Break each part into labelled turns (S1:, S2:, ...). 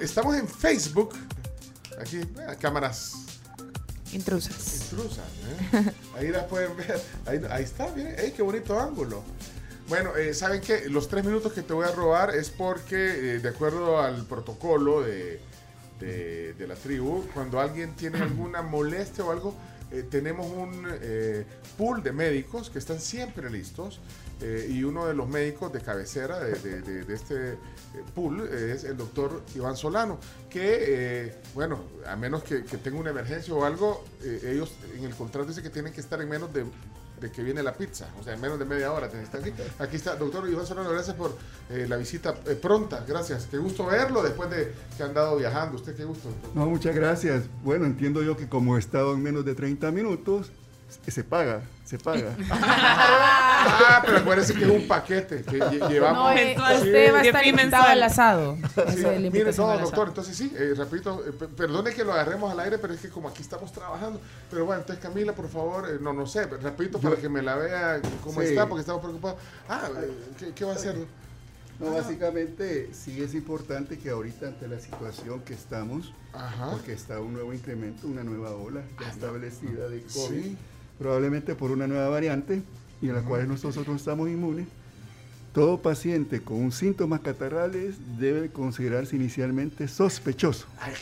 S1: estamos en Facebook. Aquí, eh, cámaras
S2: Intrusas.
S1: intrusas. ¿eh? Ahí las pueden ver. Ahí, ahí está, miren. ¡Ey, qué bonito ángulo! Bueno, eh, ¿saben qué? Los tres minutos que te voy a robar es porque, eh, de acuerdo al protocolo de, de- de la tribu, cuando alguien tiene alguna molestia o algo, eh, tenemos un eh, pool de médicos que están siempre listos. eh, y uno de los médicos de cabecera de, de- de- de este eh, pool es el doctor Iván Solano, que, eh, bueno, a menos que, que tenga una emergencia o algo, eh, ellos en el contrato dice que tienen que estar en menos de de que viene la pizza, o sea, en menos de media hora tenés que estar aquí. Aquí está, doctor Iván Solano, gracias por eh, la visita eh, pronta, gracias. Qué gusto verlo después de que han andado viajando. Usted qué gusto. doctor.
S3: No, muchas gracias. Bueno, entiendo yo que como he estado en menos de 30 minutos, se- se paga, se paga.
S1: Ah, pero acuérdense que es un paquete que lle-
S2: No,
S1: llevamos.
S2: eh,
S1: Sí,
S2: usted va a
S1: sí,
S2: estar
S4: Define
S2: invitado
S4: mensual.
S2: al asado.
S1: sí.
S2: Esa es la
S1: Mire,
S2: invitación
S1: no,
S2: al asado.
S1: doctor, entonces sí, eh, repito, eh, pe- perdone que lo agarremos al aire, pero es que como aquí estamos trabajando. Pero bueno, entonces Camila, por favor, eh, no, no sé, repito para que me la vea cómo
S3: Sí.
S1: está, porque estamos preocupados. Ah, eh, ¿qué, qué va a hacer?
S3: No, básicamente sí es importante que ahorita ante la situación que estamos,
S1: Ajá.
S3: porque está un nuevo incremento, una nueva ola ya establecida de COVID,
S1: Sí.
S3: probablemente por una nueva variante y a la cual nosotros no estamos inmunes. Todo paciente con síntomas catarrales debe considerarse inicialmente sospechoso.
S1: Ay,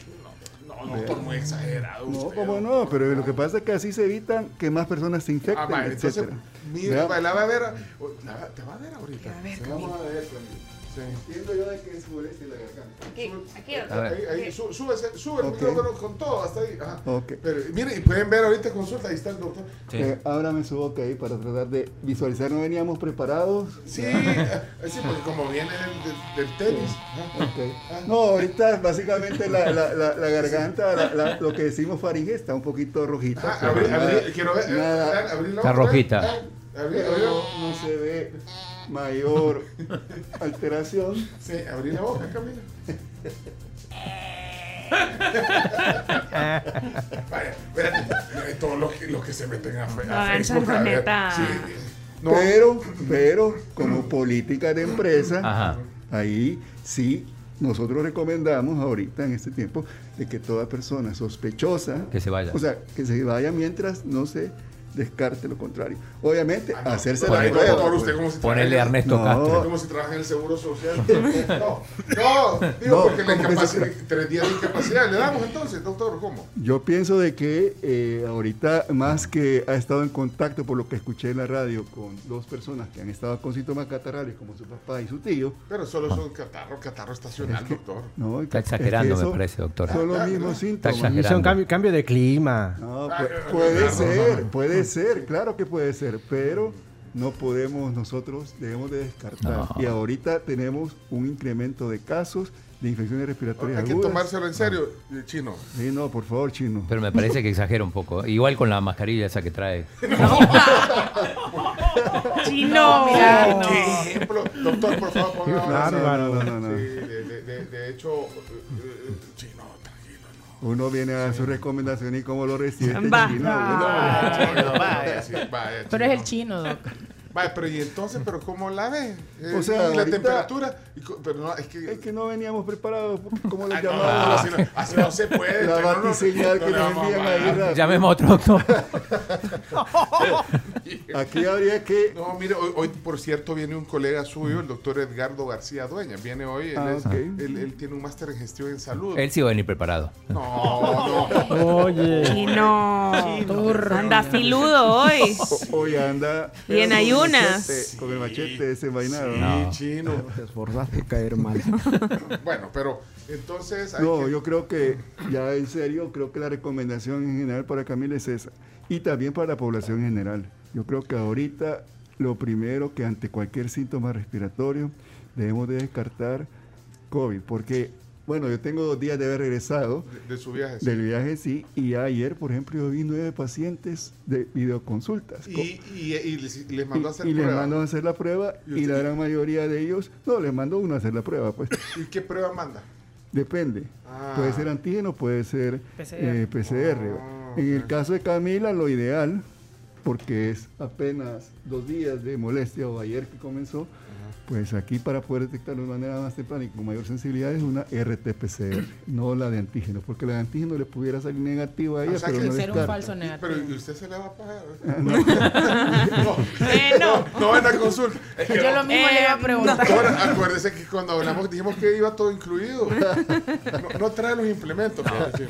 S1: no, no, no, doctor, muy exagerado.
S3: No,
S1: usted,
S3: cómo
S1: doctor.
S3: no, pero lo que pasa es que así se evitan que más personas se infecten,
S1: Ah, va, entonces,
S3: etcétera.
S1: mira,
S3: Vea,
S1: la va a ver, a- o- la- te va a ver ahorita.
S2: Te va a ver,
S1: Sí,
S2: Camila.
S1: vamos a ver, Camila. Sí.
S3: Entiendo yo de que es molestia la garganta.
S4: Aquí, aquí,
S1: Ahí,
S4: doctor.
S1: ahí, ahí, sú- súbese, sube el
S3: Ok.
S1: micrófono con todo, hasta ahí. ajá.
S3: Ok.
S1: Pero, mire, y pueden ver ahorita consulta, ahí está el doctor.
S3: Eh, ábrame su boca ahí para tratar de visualizar. No veníamos preparados.
S1: Sí, eh, sí, porque como viene del, del- del tenis. ajá.
S3: Ok. No, ahorita básicamente la, la- la- la garganta, la- la- lo que decimos faringe, está un poquito rojita.
S1: Ajá,
S3: pero
S1: Ah, abrí-
S3: nada-
S1: abrí- quiero ver, eh,
S3: nada,
S1: abrí la
S5: Está
S1: otra,
S5: rojita.
S1: ah, abrí-
S3: pero
S1: abrí la-
S3: no, no se ve mayor alteración.
S1: Sí, abrí la boca, Camila. Vaya, espérate, todos los que, los que se meten a, fe- a
S4: Ay,
S1: Facebook. a ver,
S4: neta.
S1: sí, no,
S3: Pero, pero, como política de empresa,
S5: Ajá.
S3: Ahí sí, nosotros recomendamos ahorita en este tiempo de que toda persona sospechosa
S5: Que se vaya.
S3: O sea, que se vaya mientras no se descarte lo contrario. Obviamente,
S1: ah, no,
S3: hacerse
S1: no,
S3: la
S1: ahí
S5: Ponele-
S3: prueba.
S1: todo
S3: pues.
S1: usted como si
S5: Ponerle a
S1: trabajara-
S5: Ernesto
S3: No.
S5: Castro.
S1: Como si trabajara en el seguro social. No, no, digo
S3: No,
S1: porque la
S3: ¿cómo que se
S1: incapacidad, tres días de incapacidad. ¿Le damos entonces, doctor? ¿Cómo?
S3: Yo pienso de que eh, ahorita, más que ha estado en contacto, por lo que escuché en la radio, con dos personas que han estado con síntomas catarrales, como su papá y su tío,
S1: Pero solo son catarro, catarro estacional, doctor.
S3: ¿no?
S5: Está
S3: Es que
S5: exagerando, me
S3: eso
S5: parece, doctora.
S3: Son los mismos síntomas.
S5: exagerando.
S6: Y son cambio, cambio de clima.
S3: No,
S1: Ah,
S3: pu-
S1: claro,
S3: puede
S1: claro.
S3: ser, puede ser, claro que puede ser, pero no podemos nosotros, debemos de descartar.
S5: No.
S3: Y ahorita tenemos un incremento de casos de infecciones respiratorias
S1: Hay que
S3: agudas.
S1: tomárselo en serio, eh, chino.
S3: Sí, no, por favor, chino.
S5: Pero me parece que exagera un poco. Igual con la mascarilla esa que trae.
S4: Chino,
S2: mira,
S4: no.
S1: ¿Qué ejemplo? Doctor, por favor,
S3: No,
S1: ponga
S3: no, no, no, no,
S1: Sí,
S3: no.
S1: de, de- de- de hecho, eh, eh, chino, tranquilo, no.
S3: Uno viene a su recomendación y cómo lo recibe. este
S4: Va.
S3: chino, bueno.
S1: Ah, chino,
S2: vaya.
S1: sí, vaya,
S2: Pero es el chino, doc.
S1: Vaya, pero y entonces, pero ¿cómo la ve? Eh,
S3: O sea,
S1: y la
S3: ahorita-
S1: temperatura. Y co- pero no, es que.
S3: Es que no veníamos preparados, porque como
S1: Ah,
S3: les
S1: no,
S3: llamamos,
S1: así, no, así no se puede.
S3: la
S1: doctor, no, no,
S3: batiseñal
S1: no
S3: que
S1: le
S3: nos
S1: vamos a
S3: envían
S1: pagar.
S3: ahí. rápido.
S5: Llamemos a otro doctor.
S3: Aquí habría que
S1: No, mire, hoy, hoy, por cierto viene un colega suyo, el doctor Edgardo García Dueña. Viene hoy, él,
S3: Ah,
S1: es-
S3: ok.
S1: él, él tiene un máster en gestión en salud.
S5: Él sí va a venir preparado.
S1: No, no.
S6: Oye.
S4: Chino. Anda filudo hoy.
S3: o- hoy anda
S4: Y en
S3: con el
S4: ayunas.
S3: machete, Con el machete ese vainado.
S1: Sí,
S5: No.
S1: chino.
S6: Te esforzaste a caer mal.
S1: Bueno, pero entonces. hay
S3: No,
S1: que-
S3: yo creo que, ya en serio, creo que la recomendación en general para Camila es esa. Y también para la población en general. Yo creo que ahorita lo primero que ante cualquier síntoma respiratorio debemos de descartar COVID. Porque, bueno, yo tengo dos días de haber regresado
S1: de, de su viaje. sí.
S3: del viaje, sí. Y ayer, por ejemplo, yo vi nueve pacientes de videoconsultas.
S1: Y, y, y les, y les mandó a hacer
S3: Y- y les
S1: prueba.
S3: mandó a hacer la prueba
S1: Y
S3: y
S1: usted-
S3: la gran mayoría de ellos, no, les mandó uno a hacer la prueba, pues.
S1: ¿Y qué prueba manda?
S3: Depende.
S1: Ah.
S3: Puede ser antígeno, puede ser
S4: PCR.
S3: eh, PCR.
S1: Ah,
S3: En el
S1: ok.
S3: caso de Camila, lo ideal, porque es apenas dos días de molestia o ayer que comenzó, Pues aquí para poder detectarlo de manera más temprana y con mayor sensibilidad es una RT-PCR, no la de antígeno, porque la de antígeno le pudiera salir negativa a ella,
S1: O sea
S3: pero
S1: que
S3: no
S1: ser
S2: Ser un
S3: descarta.
S2: falso
S1: Y- Pero
S2: negativo.
S1: ¿y usted se la va a pagar.
S4: Eh, no.
S1: No van a consulta. Es que
S2: Yo lo mismo
S4: Eh,
S2: le iba a
S4: no.
S2: preguntar.
S1: Ahora, acuérdese que cuando hablamos dijimos que iba todo incluido. No, no trae los implementos. pero sí,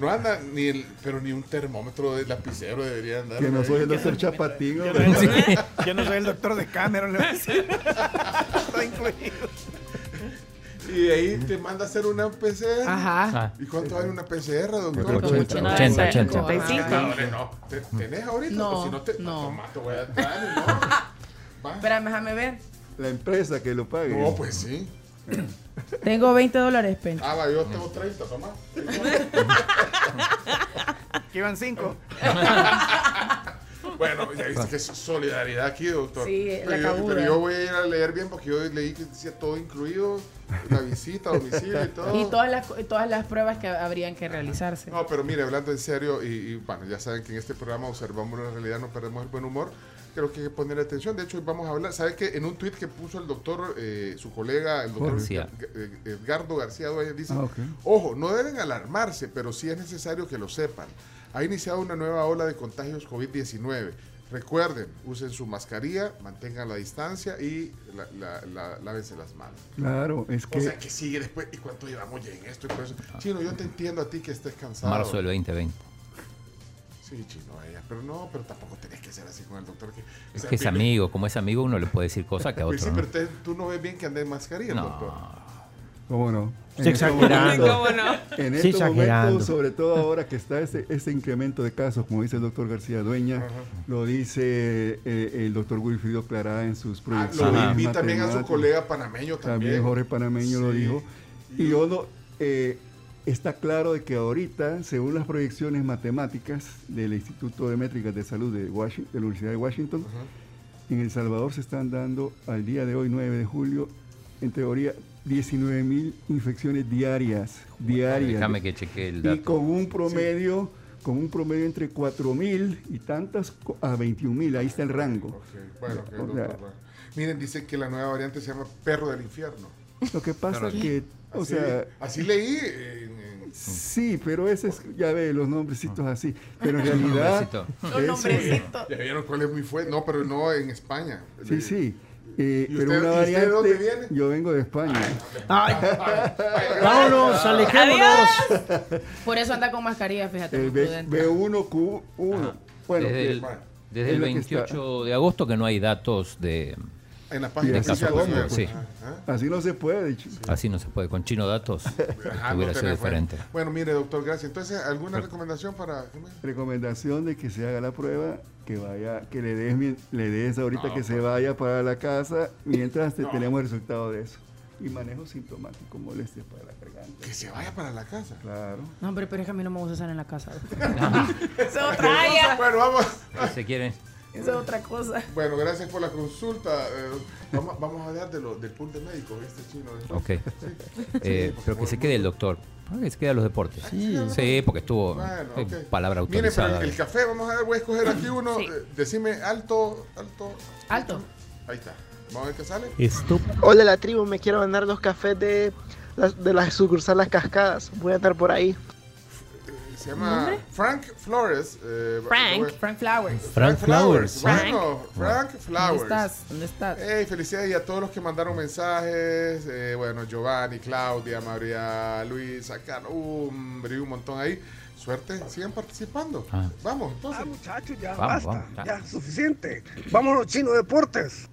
S1: No anda ni el, pero ni un termómetro de lapicero debería andar.
S3: Que no
S1: ahí.
S3: soy el doctor Chapatín.
S7: Yo
S3: hombre.
S7: no, soy, yo no soy el doctor de Cameron, le voy a decir. Está incluido.
S1: Y de ahí te manda a hacer una PCR.
S2: Ajá.
S5: Ah,
S1: ¿Y cuánto vale una PCR,
S5: Creo que
S1: doctor?
S2: Como
S5: 80,
S2: 80,
S5: 80.
S4: 85.
S1: No, hombre, no. ¿Te- ¿Tenés ahorita?
S2: No,
S1: Pues si no te,
S2: no.
S1: Tomás, te voy a dar. No, Va.
S2: Espérame, déjame ver.
S3: La empresa que lo pague.
S1: no pues sí.
S2: Tengo 20 dólares, Pen.
S1: Ah, va, yo tengo 30, Tomás.
S7: Que iban cinco.
S1: Bueno, ya viste que es solidaridad aquí, doctor.
S2: Sí, la
S1: pero, yo,
S2: cabuda.
S1: pero yo voy a ir a leer bien porque yo leí que decía todo incluido, la visita, domicilio y todo.
S4: Oh.
S2: Y todas las, co- todas las pruebas que habrían que realizarse.
S1: No, pero mire, hablando en serio, y, y, bueno, ya saben que en este programa observamos la realidad, no perdemos el buen humor. Creo que hay que poner atención. De hecho, hoy vamos a hablar. ¿Sabe que en un tuit que puso el doctor, eh, su colega, el doctor
S5: García.
S1: Edgar- Edgardo García Dueñas, dice:
S3: Ah, ok.
S1: Ojo, no deben alarmarse, pero sí es necesario que lo sepan. Ha iniciado una nueva ola de contagios COVID-19. Recuerden, usen su mascarilla, mantengan la distancia y la, la- la- lávense las manos.
S3: Claro, es que... Ah.
S1: O sea, que sigue después. ¿Y cuánto llevamos ya en esto? Y todo eso? Chino, yo te entiendo a ti que estés cansado.
S5: marzo del 2020.
S1: Sí, chino a ella. Pero no, pero tampoco tenés que ser así con el doctor. Que, o
S5: Es
S1: sea,
S5: que es
S1: primero-
S5: amigo, como es amigo uno le puede decir cosas que a
S1: Pues sí,
S5: otro
S1: pero
S5: no.
S1: te- tú no ves bien que andes en mascarilla, doctor.
S5: No,
S3: ¿Cómo no? este
S6: Está exagerando.
S4: ¿Cómo no?
S3: En
S6: Sí,
S3: estos
S6: exagerando.
S3: momentos, sobre todo ahora que está este, este incremento de casos, como dice el doctor García Dueña, lo dice eh, el doctor Wilfrido Clará en sus
S1: Ah,
S3: proyecciones.
S1: lo vi, vi también a su
S3: matemáticas.
S1: colega panameño también.
S3: También Jorge Panameño lo
S1: Sí.
S3: dijo. Y yo no, eh, está claro de que ahorita, según las proyecciones matemáticas del Instituto de Métricas de Salud de, Washi- de la Universidad de Washington, en El Salvador se están dando al día de hoy, 9 de julio, en teoría, 19 mil infecciones diarias. Diarias.
S5: déjame que chequee el
S3: y
S5: dato.
S3: con un promedio, con un promedio entre 4 mil y tantas co- a 21 mil, ahí está el rango.
S1: Ok, bueno, ok,
S3: O
S1: doctor,
S3: sea,
S1: bueno. Miren, dicen que la nueva variante se llama perro del infierno.
S3: Lo que pasa es que, o
S1: Así,
S3: sea,
S1: así leí. en- en-
S3: Sí, pero ese es, ya ve, los nombrecitos así. Pero en realidad. eh,
S5: Nombrecito.
S2: Los
S3: eso-
S2: nombrecitos.
S1: ya vieron cuál es muy fuerte. No, pero no en España.
S3: Sí, sí. Eh,
S1: ¿Y
S3: pero
S1: usted-
S3: una
S1: y usted de
S3: variante.
S1: dónde viene?
S3: Yo vengo de España.
S6: Ay, vámonos, alejémonos.
S4: Adiós.
S2: Por eso anda con mascarilla, fíjate.
S4: Eh,
S3: El
S2: muy
S3: B,
S2: prudente.
S3: 1 q 1 Bueno, eh,
S5: desde el,
S1: bueno,
S5: desde
S3: es
S5: el
S3: lo que está.
S5: 28 de agosto que no hay datos de...
S1: En la página
S5: De
S1: oficial. Ah,
S5: Caso
S1: ¿no?
S5: Combo, sí.
S1: Ajá.
S3: así no se puede. ch-
S5: Así no se puede. Con chino datos
S1: Ajá, Ah, no
S5: hubiera
S1: tenés,
S5: sido
S1: bueno.
S5: diferente.
S1: Bueno, mire, doctor, gracias. Entonces, ¿alguna recomendación para.?
S3: Recomendación de que se haga la prueba, que vaya, que le des, mi- le des ahorita que
S1: pues.
S3: se vaya para la casa, mientras te- tenemos el resultado de eso. Y manejo sintomático, molestias para la garganta.
S1: Que se vaya para la casa.
S3: Claro.
S2: No, hombre, pero es que a mí no me gusta estar en la casa.
S4: Es
S2: Ah,
S4: otra área.
S1: Bueno, vamos.
S5: ¿Se quieren?
S2: Esa es otra cosa.
S1: Bueno, gracias por la consulta. eh, vamos, vamos a hablar de lo, del pool de médicos, este chino. después.
S5: Ok. Eh, pero que se quede el doctor. Ah, Que se quede a los deportes. Sí, porque estuvo
S1: Bueno,
S5: eh,
S1: ok.
S5: palabra
S1: Mire, pero
S5: autorizada.
S1: el, el café, vamos a ver, voy a escoger aquí uno.
S4: Sí.
S1: eh, decime alto, alto.
S2: Alto.
S1: Ahí está. Vamos a ver qué sale.
S8: Hola la tribu, me quiero ganar los cafés de las, de las sucursal Las Cascadas. Voy a andar por ahí.
S1: Se llama Frank Flores. eh,
S4: Frank.
S1: lo voy a-
S2: Frank Flowers.
S1: Frank Flowers.
S4: Frank.
S1: Bueno, Frank
S2: ¿Dónde
S1: Flowers.
S2: estás? ¿Dónde estás?
S1: Hey, felicidades y a todos los que mandaron mensajes. eh, bueno, Giovanni, Claudia, María, Luisa, Carlos, hombre, un montón ahí. Suerte, sigan participando.
S5: Ah.
S1: Vamos, entonces.
S9: muchachos, ya
S5: Vamos, basta, vamos, ya.
S9: suficiente. Vámonos, chino deportes.